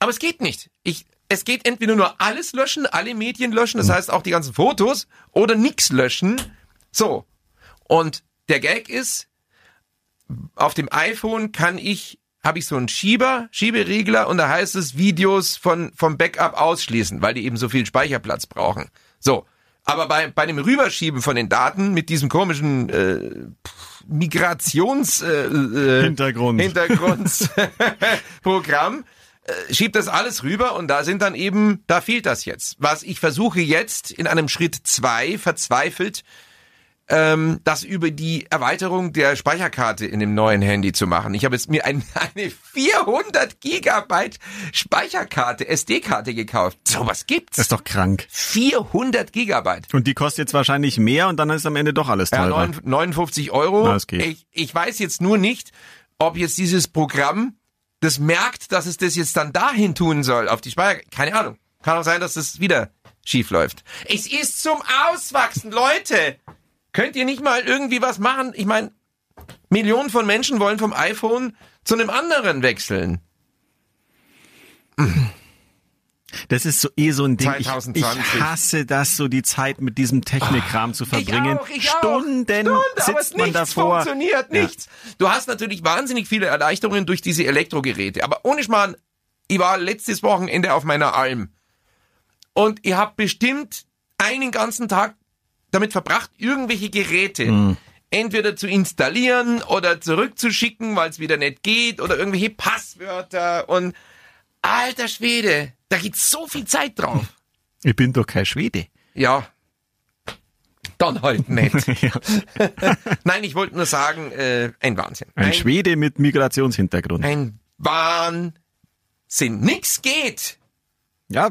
aber es geht nicht. Ich, es geht entweder nur alles löschen, alle Medien löschen, Hm. das heißt auch die ganzen Fotos, oder nichts löschen. So. Und der Gag ist, auf dem iPhone kann ich, habe ich so einen Schieber, Schieberegler und da heißt es Videos von, vom Backup ausschließen, weil die eben so viel Speicherplatz brauchen. So. Aber bei, bei dem Rüberschieben von den Daten mit diesem komischen äh, Migrationshintergrund äh, Hintergrund. Hintergrundprogramm äh, schiebt das alles rüber und da sind dann eben, da fehlt das jetzt. Was ich versuche jetzt in einem Schritt zwei verzweifelt ähm, das über die Erweiterung der Speicherkarte in dem neuen Handy zu machen. Ich habe jetzt mir ein, eine 400 Gigabyte Speicherkarte, SD-Karte gekauft. So was das gibt's. ist doch krank. 400 Gigabyte. Und die kostet jetzt wahrscheinlich mehr und dann ist am Ende doch alles Ja, teurer. neun- 59 Euro. Na, es geht. Ich, ich weiß jetzt nur nicht, ob jetzt dieses Programm das merkt, dass es das jetzt dann dahin tun soll, auf die Speicher. Keine Ahnung. Kann auch sein, dass das wieder schief läuft. Es ist zum Auswachsen, Leute. Könnt ihr nicht mal irgendwie was machen? Ich meine, Millionen von Menschen wollen vom iPhone zu einem anderen wechseln. Das ist so eh so ein Ding. Ich, ich 2020. hasse das, so die Zeit mit diesem Technikkram zu verbringen. Ich auch, ich Stunden auch. Stunde, aber es sitzt man nichts davor. funktioniert Ja. nichts. Du hast natürlich wahnsinnig viele Erleichterungen durch diese Elektrogeräte, aber ohne Schmarrn, ich war letztes Wochenende auf meiner Alm und ich habe bestimmt einen ganzen Tag damit verbracht, irgendwelche Geräte Hm. entweder zu installieren oder zurückzuschicken, weil es wieder nicht geht oder irgendwelche Passwörter und alter Schwede, da geht so viel Zeit Hm. drauf. Ich bin doch kein Schwede. Ja. Dann halt nicht. Nein, ich wollte nur sagen, äh, ein Wahnsinn. Ein, Schwede mit Migrationshintergrund. ein Wahnsinn. Nix geht. ja,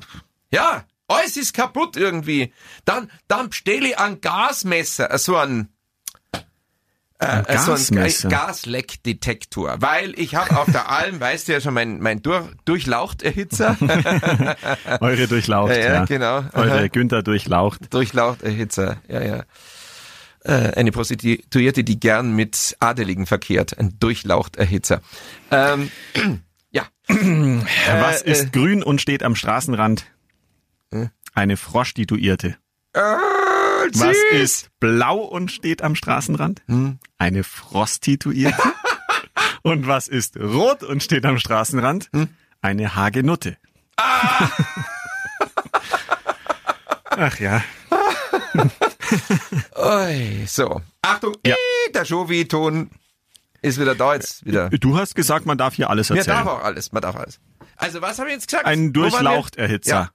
Ja, alles ist kaputt irgendwie. Dann, dann bestelle ich ein Gasmesser, äh, so ein, ein äh, so ein Ga- Gasmesser. Gasleckdetektor, weil ich habe auf der Alm, weißt du ja schon, mein, mein Durch, Durchlauchterhitzer, Eure Durchlaucht. Ja, ja, genau. Eure Aha. Günther Durchlaucht. Durchlauchterhitzer, ja, ja. Äh, eine Prostituierte, die gern mit Adeligen verkehrt. Ein Durchlauchterhitzer. Ähm, ja, Äh, Was ist grün und steht am Straßenrand? Äh. Eine Froschstituierte. Was ist blau und steht am Straßenrand? Hm. Eine Frostituierte. und was ist rot und steht am Straßenrand? Hm. Eine Hagenutte. Ah! Ach ja. Ui, so. Achtung, Ja. ii, der Jovi-Ton ist wieder da jetzt. Wieder. Du hast gesagt, man darf hier alles Man erzählen. darf auch alles, man darf alles. Also was habe ich jetzt gesagt? Ein Wo waren wir? Durchlauchterhitzer. Ja.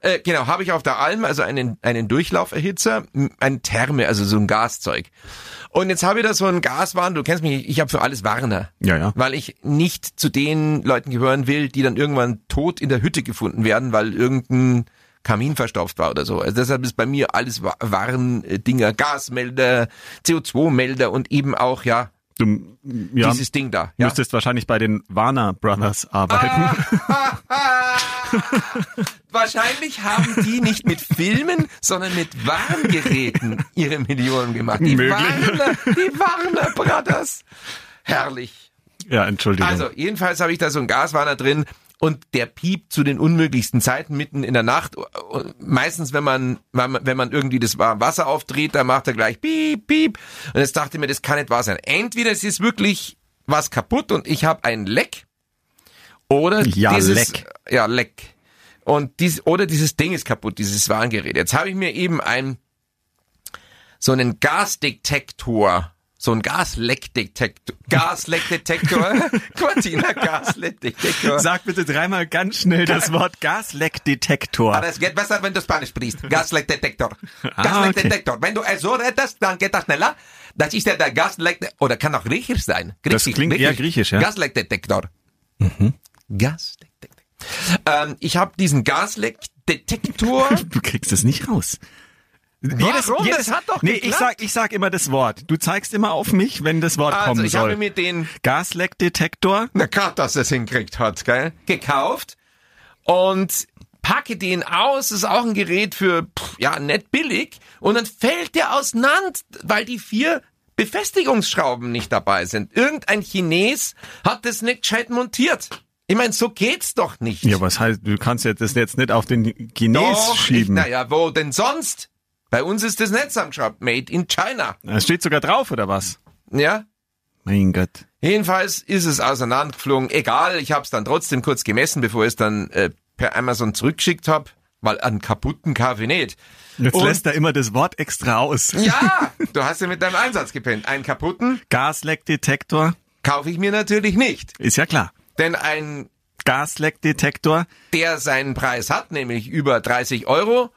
Äh, genau, habe ich auf der Alm, also einen, einen Durchlauferhitzer, m, ein Therme, also so ein Gaszeug. Und jetzt habe ich da so einen Gaswahn, du kennst mich, ich habe für alles Warner. Ja, ja. Weil ich nicht zu den Leuten gehören will, die dann irgendwann tot in der Hütte gefunden werden, weil irgendein Kamin verstopft war oder so. Also deshalb ist bei mir alles Wa- Warndinger, Gasmelder, CO2-Melder und eben auch, ja, Du ja, dieses Ding da. Ja. Ah. müsstest wahrscheinlich bei den Warner Brothers arbeiten. Wahrscheinlich haben die nicht mit Filmen, sondern mit Warngeräten ihre Millionen gemacht. Die Möglich. Warner, die Warner Brothers. Herrlich. Ja, Entschuldigung. Also, jedenfalls habe ich da so einen Gaswarner drin und der piept zu den unmöglichsten Zeiten mitten in der Nacht. Und Meistens, wenn man, wenn man- wenn man irgendwie das warme Wasser aufdreht, dann macht er gleich piep, piep. Und jetzt dachte ich mir, das kann nicht wahr sein. Entweder es ist wirklich was kaputt und ich habe ein Leck oder Ja, dieses, Leck. ja, Leck. Und dies, oder dieses Ding ist kaputt, dieses Warngerät. Jetzt habe ich mir eben ein, so einen Gasdetektor, so einen Gasleckdetektor, Gasleckdetektor, Cortina Gasleckdetektor. Sag bitte dreimal ganz schnell das Wort Gasleckdetektor. Aber es geht besser, wenn du Spanisch sprichst. Gasleckdetektor. Ah, Gasleckdetektor. Wenn du es so rettest, dann geht das schneller. Das ist ja der Gasleck, oder kann auch griechisch sein. Griechisch, klingt eher griechisch, ja. Mhm. Gasleckdetektor. Gasleckdetektor. Ähm, ich habe diesen Gasleckdetektor. Du kriegst es nicht raus. Warum? Das hat doch Nee, ich geklappt. sag, ich sag immer das Wort. Du zeigst immer auf mich, wenn das Wort Also kommen ich habe soll. mir den Gasleckdetektor. na grad, dass es hinkriegt hat, gell? Gekauft und packe den aus, ist auch ein Gerät für pff, ja nicht billig und dann fällt der auseinander, weil die vier Befestigungsschrauben nicht dabei sind. Irgendein Chines hat das nicht gescheit montiert. Ich meine, so geht's doch nicht. Ja, was heißt, du kannst jetzt das jetzt nicht auf den Chines doch, schieben. naja, wo denn sonst? Bei uns ist das nicht zusammengeschraubt. Made in China. Es steht sogar drauf, oder was? Ja, Mein Gott. Jedenfalls ist es auseinandergeflogen. Egal, ich habe es dann trotzdem kurz gemessen, bevor ich es dann äh, per Amazon zurückgeschickt habe, weil an kaputten Kaffee nicht. Jetzt Und- lässt er immer das Wort extra aus. Ja, du hast ja mit deinem Einsatz gepennt. Einen kaputten Gasleckdetektor, kaufe ich mir natürlich nicht, ist ja klar. denn ein Gasleckdetektor, der seinen Preis hat, nämlich über 30 Euro,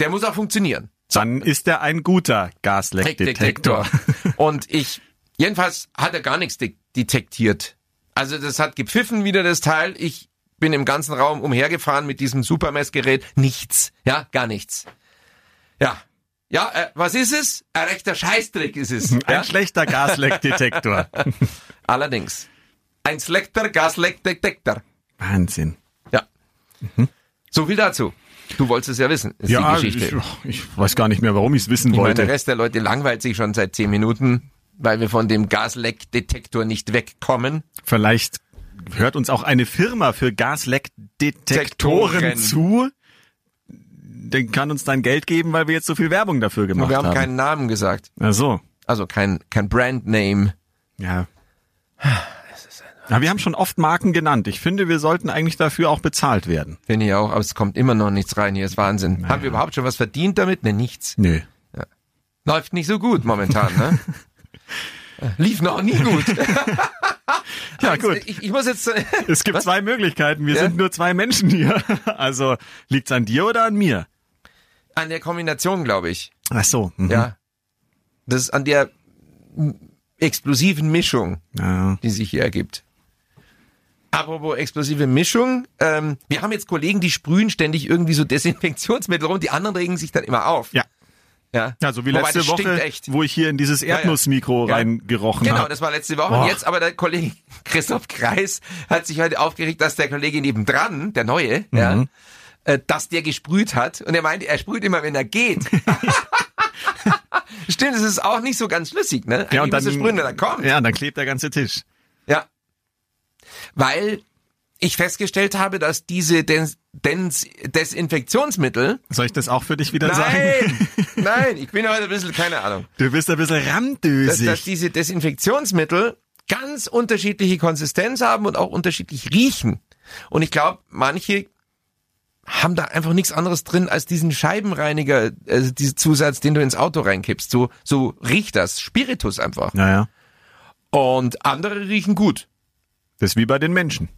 der muss auch funktionieren. dann ist er ein guter Gasleckdetektor. Und ich, jedenfalls hat er gar nichts de detektiert. Also das hat gepfiffen wieder das Teil. Ich bin im ganzen Raum umhergefahren mit diesem Supermessgerät. Nichts. Ja, gar nichts. Ja. Ja, äh, was ist es? Ein rechter Scheißdreck ist es. Ein schlechter Gasleckdetektor. Allerdings. Ein Slekter, Gasleckdetektor. Wahnsinn. Ja. So viel dazu. Du wolltest es ja wissen, ist die Geschichte. Ich, ich weiß gar nicht mehr, warum ich es wissen Ich meine, wollte. der Rest der Leute langweilt sich schon seit zehn Minuten, weil wir von dem Gasleckdetektor nicht wegkommen. Vielleicht hört uns auch eine Firma für Gasleckdetektoren Sektoren. zu. Den kann uns dann Geld geben, weil wir jetzt so viel Werbung dafür gemacht wir haben haben. keinen Namen gesagt. Ach so. Also kein, kein Brandname. Ja. Ja, wir haben schon oft Marken genannt. Ich finde, wir sollten eigentlich dafür auch bezahlt werden. Finde ich auch, aber es kommt immer noch nichts rein. Hier ist Wahnsinn. Haben wir überhaupt schon was verdient damit? Ne, nichts. Nö. Läuft nicht so gut momentan, ne? Lief noch nie gut. Ja, gut. Ich, ich muss jetzt. äh, Es gibt zwei Möglichkeiten. Wir Ja? sind nur zwei Menschen hier. Also liegt's an dir oder an mir? An der Kombination, glaube ich. Ach so. Mhm. Ja. Das ist an der explosiven Mischung, Ja. die sich hier ergibt. Apropos explosive Mischung, ähm, wir haben jetzt Kollegen, die sprühen ständig irgendwie so Desinfektionsmittel rum, die anderen regen sich dann immer auf. Ja. Ja, Ja, so Also wie Wobei, letzte das stinkt Woche, echt. wo ich hier in dieses Erdnussmikro Ja. reingerochen Genau, habe. das war letzte Woche. Boah. Und jetzt aber der Kollege Christoph Kreis hat sich heute aufgeregt, dass der Kollege nebendran, der Neue, Mhm. ja, äh, dass der gesprüht hat. Und er meinte, er sprüht immer, wenn er geht. Stimmt, es ist auch nicht so ganz schlüssig, ne? Eigentlich musst du sprühen, wenn er kommt. ja, und dann klebt der ganze Tisch. Ja. Weil ich festgestellt habe, dass diese Des Des Desinfektionsmittel... Soll ich das auch für dich wieder sagen? Nein, nein, ich bin heute ein bisschen, keine Ahnung. Du bist ein bisschen dass, dass ramdösig. diese Desinfektionsmittel ganz unterschiedliche Konsistenz haben und auch unterschiedlich riechen. Und ich glaube, manche haben da einfach nichts anderes drin als diesen Scheibenreiniger, also diesen Zusatz, den du ins Auto reinkippst. So, so riecht das. Spiritus einfach. Naja, Und andere riechen gut. das ist wie bei den Menschen.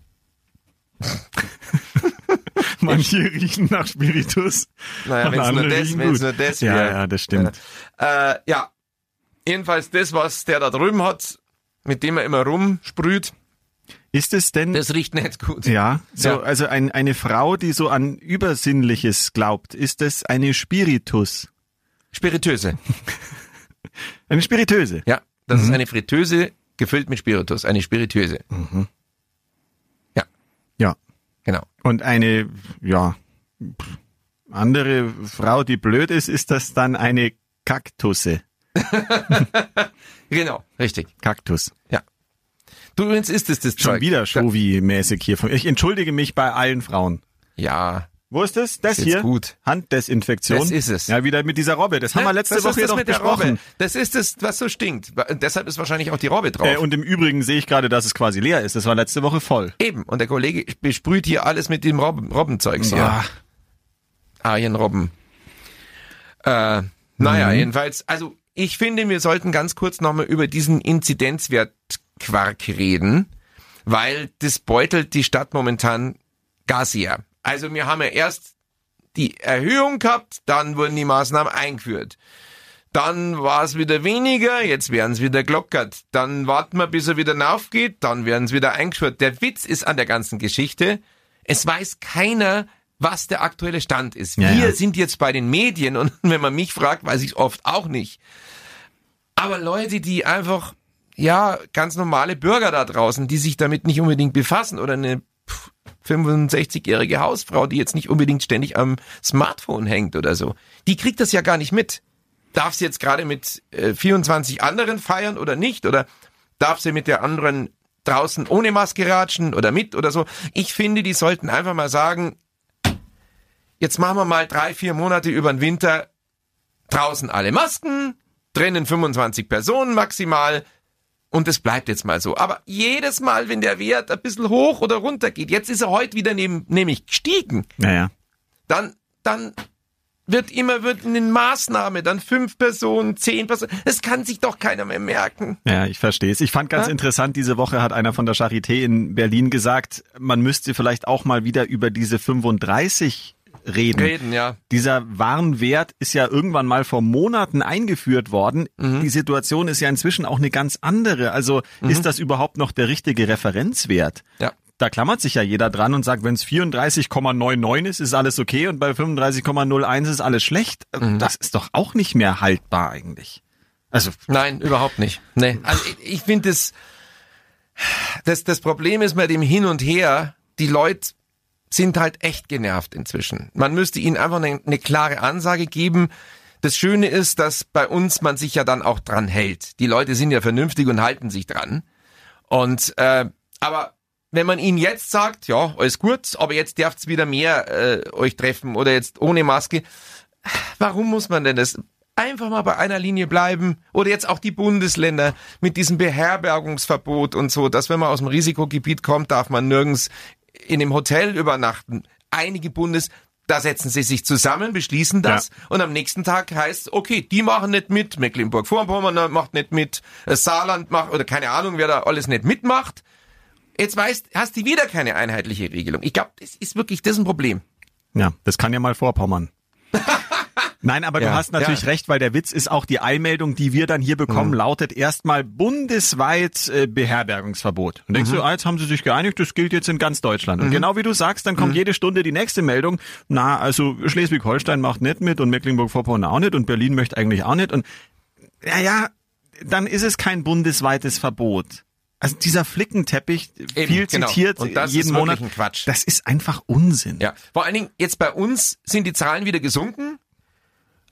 Manche riechen nach Spiritus. Naja, und wenn's nur andere das- riechen wenn's gut. nur das Ja, wäre. ja, das stimmt. Äh, ja. Jedenfalls das, was der da drüben hat, mit dem er immer rumsprüht, Ist es denn, das riecht nicht gut. ja, so, Ja. also ein, eine Frau, die so an Übersinnliches glaubt, ist das eine Spiritus? Spiritöse. Eine Spiritöse? Ja, das Mhm. ist eine Fritteuse gefüllt mit Spiritus, eine Spiritöse. Ja, Ja. genau. Und eine, ja, pff, andere Frau, die blöd ist, ist das dann eine Kaktusse. Genau, richtig. Kaktus. Ja. Du übrigens ist es das Schon Zeug. wieder Shovi-mäßig hier. von- Ich entschuldige mich bei allen Frauen. Ja. Wo ist das? Das Ist jetzt hier? gut. Handdesinfektion. Das ist es. Ja, wieder mit dieser Robbe. Das haben wir letzte Ne? das Woche ist das doch mit der Robbe. besprochen. Das ist das, was so stinkt. Deshalb ist wahrscheinlich auch die Robbe drauf. Äh, und im Übrigen sehe ich gerade, dass es quasi leer ist. Das war letzte Woche voll. Eben. Und der Kollege besprüht hier alles mit dem Robben, Robbenzeugs hier. Ah, Arienrobben. Äh, naja, jedenfalls. Also, ich finde, wir sollten ganz kurz nochmal über diesen Inzidenzwertquark reden, weil das beutelt die Stadt momentan Gasia. Also, wir haben ja erst die Erhöhung gehabt, dann wurden die Maßnahmen eingeführt. Dann war es wieder weniger, jetzt werden es wieder glockert. Dann warten wir, bis er wieder raufgeht, dann werden es wieder eingeschwört. Der Witz ist an der ganzen Geschichte, es weiß keiner, was der aktuelle Stand ist. Ja, wir ja. sind jetzt bei den Medien und wenn man mich fragt, weiß ich oft auch nicht. Aber Leute, die einfach, ja, ganz normale Bürger da draußen, die sich damit nicht unbedingt befassen oder eine pff, 65-jährige Hausfrau, die jetzt nicht unbedingt ständig am Smartphone hängt oder so, die kriegt das ja gar nicht mit. Darf sie jetzt gerade mit äh, 24 anderen feiern oder nicht? Oder darf sie mit der anderen draußen ohne Maske ratschen oder mit oder so? Ich finde, die sollten einfach mal sagen, jetzt machen wir mal drei, vier Monate über den Winter draußen alle Masken, drinnen 25 Personen maximal. Und es bleibt jetzt mal so. Aber jedes Mal, wenn der Wert ein bisschen hoch oder runter geht, jetzt ist er heute wieder neben, nämlich gestiegen, naja. dann, dann wird immer wird eine Maßnahme, dann fünf Personen, zehn Personen. Das kann sich doch keiner mehr merken. Ja, ich verstehe es. Ich fand ganz Ja. interessant, diese Woche hat einer von der Charité in Berlin gesagt, man müsste vielleicht auch mal wieder über diese 35 reden. Reden, ja. Dieser Warnwert ist ja irgendwann mal vor Monaten eingeführt worden. Mhm. Die Situation ist ja inzwischen auch eine ganz andere. Also ist das überhaupt noch der richtige Referenzwert? Ja. Da klammert sich ja jeder dran und sagt, wenn es 34,99 ist, ist alles okay und bei 35,01 ist alles schlecht. Mhm. Das ist doch auch nicht mehr haltbar eigentlich. Also Nein, überhaupt nicht. Nee. Also ich, ich finde das, das, das Problem ist mit dem Hin und Her, die Leute sind halt echt genervt inzwischen. Man müsste ihnen einfach eine, eine klare Ansage geben. Das Schöne ist, dass bei uns man sich ja dann auch dran hält. Die Leute sind ja vernünftig und halten sich dran. Und äh, aber wenn man ihnen jetzt sagt, ja, alles gut, aber jetzt dürft's wieder mehr äh, euch treffen oder jetzt ohne Maske, warum muss man denn das? Einfach mal bei einer Linie bleiben oder jetzt auch die Bundesländer mit diesem Beherbergungsverbot und so, dass wenn man aus dem Risikogebiet kommt, darf man nirgends in dem Hotel übernachten. Einige Bundes, da setzen sie sich zusammen, beschließen das und am nächsten Tag heißt okay, die machen nicht mit, Mecklenburg-Vorpommern macht nicht mit, das Saarland macht oder keine Ahnung, wer da alles nicht mitmacht. Jetzt weißt, hast du wieder keine einheitliche Regelung. Ich glaube, das ist wirklich das ist ein Problem. Ja, das kann ja mal vorpommern. Nein, aber du Ja, hast natürlich ja. Mhm. recht, weil der Witz ist auch die Eilmeldung, die wir dann hier bekommen, lautet erstmal bundesweit äh, Beherbergungsverbot. Und Mhm. denkst du, ah, jetzt haben sie sich geeinigt, das gilt jetzt in ganz Deutschland. Und genau wie du sagst, dann kommt Mhm. jede Stunde die nächste Meldung, na, also Schleswig-Holstein macht nicht mit und Mecklenburg-Vorpommern auch nicht und Berlin möchte eigentlich auch nicht und ja, ja, dann ist es kein bundesweites Verbot. Also dieser Flickenteppich, Eben, viel genau. zitiert Und das jeden ist wirklich Monat, ein Quatsch. das ist einfach Unsinn. Ja, vor allen Dingen jetzt bei uns sind die Zahlen wieder gesunken,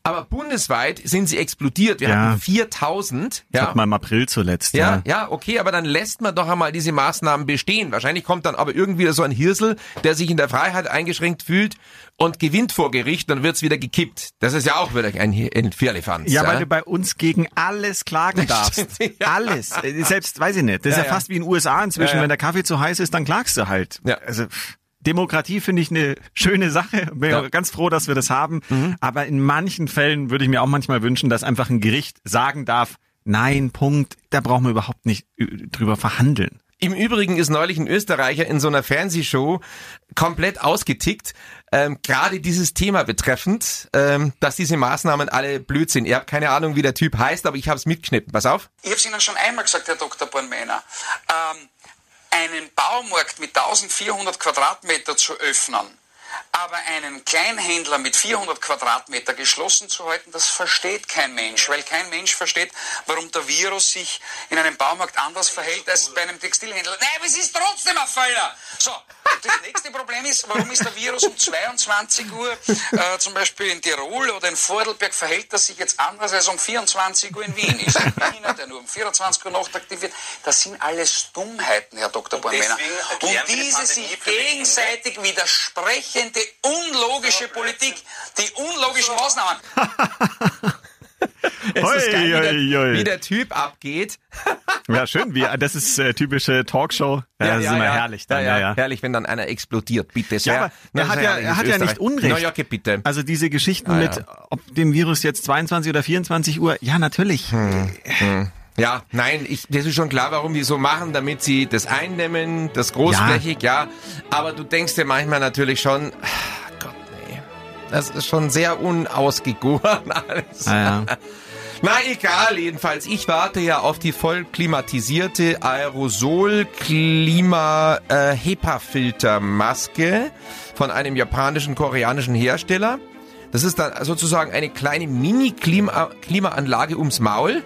aber bundesweit sind sie explodiert. Wir Ja. hatten 4000. Das Ja. hat man im April zuletzt. ja, ja, okay, aber dann lässt man doch einmal diese Maßnahmen bestehen. Wahrscheinlich kommt dann aber irgendwie so ein Hirsel, der sich in der Freiheit eingeschränkt fühlt und gewinnt vor Gericht, dann wird's wieder gekippt. Das ist ja auch wieder ein Hi- ein Firlefanz. Ja, weil du bei uns gegen alles klagen darfst. stimmt, ja. Alles. Äh, Selbst, weiß ich nicht. Das ist Ja, ja, ja. fast wie in den USA inzwischen. Ja, ja. Wenn der Kaffee zu heiß ist, dann klagst du halt. Ja. Also, pff, Demokratie finde ich eine schöne Sache. Bin Ja. Mhm. ganz froh, dass wir das haben. Aber in manchen Fällen würde ich mir auch manchmal wünschen, dass einfach ein Gericht sagen darf, nein, Punkt, da brauchen wir überhaupt nicht äh, drüber verhandeln. Im Übrigen ist neulich ein Österreicher in so einer Fernsehshow komplett ausgetickt, ähm, gerade dieses Thema betreffend, ähm, dass diese Maßnahmen alle blöd sind. Ihr habt keine Ahnung, wie der Typ heißt, aber ich habe es mitgeschnitten. Pass auf. Ich habe es Ihnen schon einmal gesagt, Herr Dr. Bornmeiner. Ähm, einen Baumarkt mit 1400 Quadratmeter zu öffnen, aber einen Kleinhändler mit 400 Quadratmeter geschlossen zu halten, das versteht kein Mensch, weil kein Mensch versteht, warum der Virus sich in einem Baumarkt anders verhält als bei einem Textilhändler. Nein, aber es ist trotzdem ein Fehler. So, und das nächste Problem ist, warum ist der Virus um 22 Uhr äh, zum Beispiel in Tirol oder in Vordelberg verhält er sich jetzt anders als um 24 Uhr in Wien ist. Ein Wiener, der nur um 24 Uhr nachtaktiv wird. Das sind alles Dummheiten, Herr Dr. Bornmänner. deswegen Und, erklären wir die diese Pandemie sich für die gegenseitig widersprechende, unlogische Politik, die unlogischen Maßnahmen. Es ist geil, wie Oi, oi, der, oi. wie der Typ abgeht. Ja, schön. Wie, das ist äh, typische Talkshow. Ja, das ist immer herrlich. Dann, ja, ja. Herrlich, wenn dann einer explodiert, bitte sehr. Ja, aber Das er ist hat ja, er herrliches hat ja nicht Österreich. Unrecht. New York, bitte. Ah, Also diese Geschichten Ja, mit, ob dem Virus jetzt 22 oder 24 Uhr, ja, natürlich. Hm. Ja, nein, ich, das ist schon klar, warum die so machen, damit sie das einnehmen, das großflächig, ja. Aber du denkst dir manchmal natürlich schon, ah, Gott, nee, das ist schon sehr unausgegoren alles. Ah, Ja, ja. Na egal, jedenfalls, ich warte ja auf die voll klimatisierte Aerosol-Klima-HEPA-Filtermaske äh, von einem japanischen, koreanischen Hersteller. Das ist dann sozusagen eine kleine Mini-Klimaanlage ums Maul.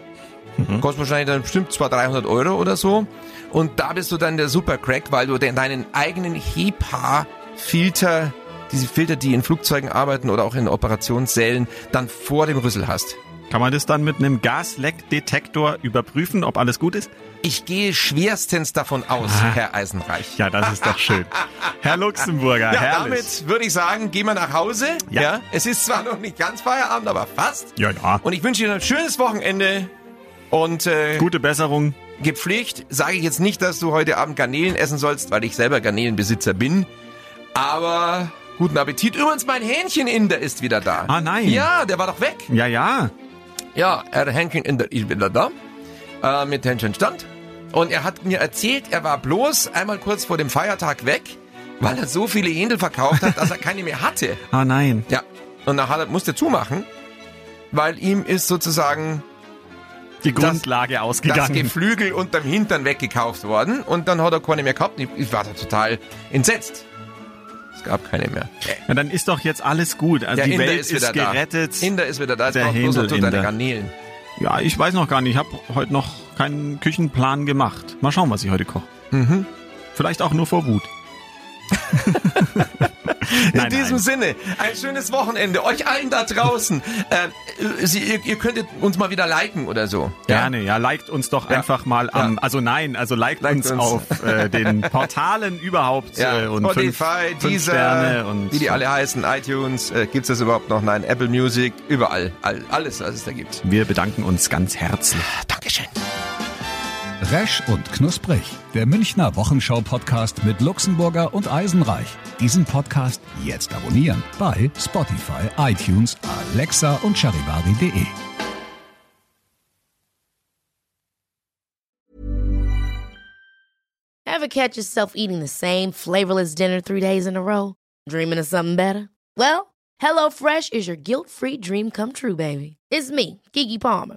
Kostet wahrscheinlich dann bestimmt zwar 300 Euro oder so. Und da bist du dann der Supercrack, weil du de- deinen eigenen HEPA-Filter, diese Filter, die in Flugzeugen arbeiten oder auch in Operationssälen, dann vor dem Rüssel hast. Kann man das dann mit einem Gasleckdetektor überprüfen, ob alles gut ist? Ich gehe schwerstens davon aus, Ah. Herr Eisenreich. Ja, das ist doch schön. Herr Luxemburger, Ja, herrlich. damit würde ich sagen, gehen wir nach Hause. Ja. Es ist zwar noch nicht ganz Feierabend, aber fast. Ja, ja. Und ich wünsche Ihnen ein schönes Wochenende. Und äh, Gute Besserung. gepflegt sage ich jetzt nicht, dass du heute Abend Garnelen essen sollst, weil ich selber Garnelenbesitzer bin. Aber guten Appetit. Übrigens, mein Hähncheninder ist wieder da. Ah, nein. Ja, der war doch weg. Ja, ja. Ja, Herr Henkin in der Ich bin da, da, äh, mit Händchen stand. Und er hat mir erzählt, er war bloß einmal kurz vor dem Feiertag weg, weil er so viele Händel verkauft hat, dass er keine mehr hatte. Ah, nein. Ja. Und dann hat er, musste zumachen, weil ihm ist sozusagen Die Das- Grundlage das ausgegangen. Geflügel unterm Hintern weggekauft worden. Und dann hat er keine mehr gehabt. Ich, ich war da total entsetzt. Es gab keine mehr. Na, dann ist doch jetzt alles gut. Also die Inder Welt ist, gerettet. da. Inder ist wieder da. Jetzt Der braucht bloß noch du deine Händel-Inder. Garnelen. Ja, ich weiß noch gar nicht. Ich habe heute noch keinen Küchenplan gemacht. Mal schauen, was ich heute koche. Mhm. Vielleicht auch nur vor Wut. In Nein, diesem nein. Sinne, ein schönes Wochenende. Euch allen da draußen. äh, Sie, ihr, ihr könntet uns mal wieder liken oder so. Gerne, ja, liked uns doch einfach mal am, also nein, also liked, Liked uns, uns. auf äh, den Portalen überhaupt Ja, äh, und Spotify, fünf, fünf Deezer, Sterne und wie die alle heißen, iTunes, äh, gibt's das überhaupt noch? Nein, Apple Music, überall, all, alles, was es da gibt. wir bedanken uns ganz herzlich. Dankeschön. Resch und knusprig. Der Münchner Wochenschau-Podcast mit Luxemburger und Eisenreich. Diesen Podcast jetzt abonnieren bei Spotify, iTunes, Alexa und charivari.de. Ever catch yourself eating the same flavorless dinner three days in a row? Dreaming of something better? Well, HelloFresh is your guilt-free dream come true, baby. It's me, Gigi Palmer.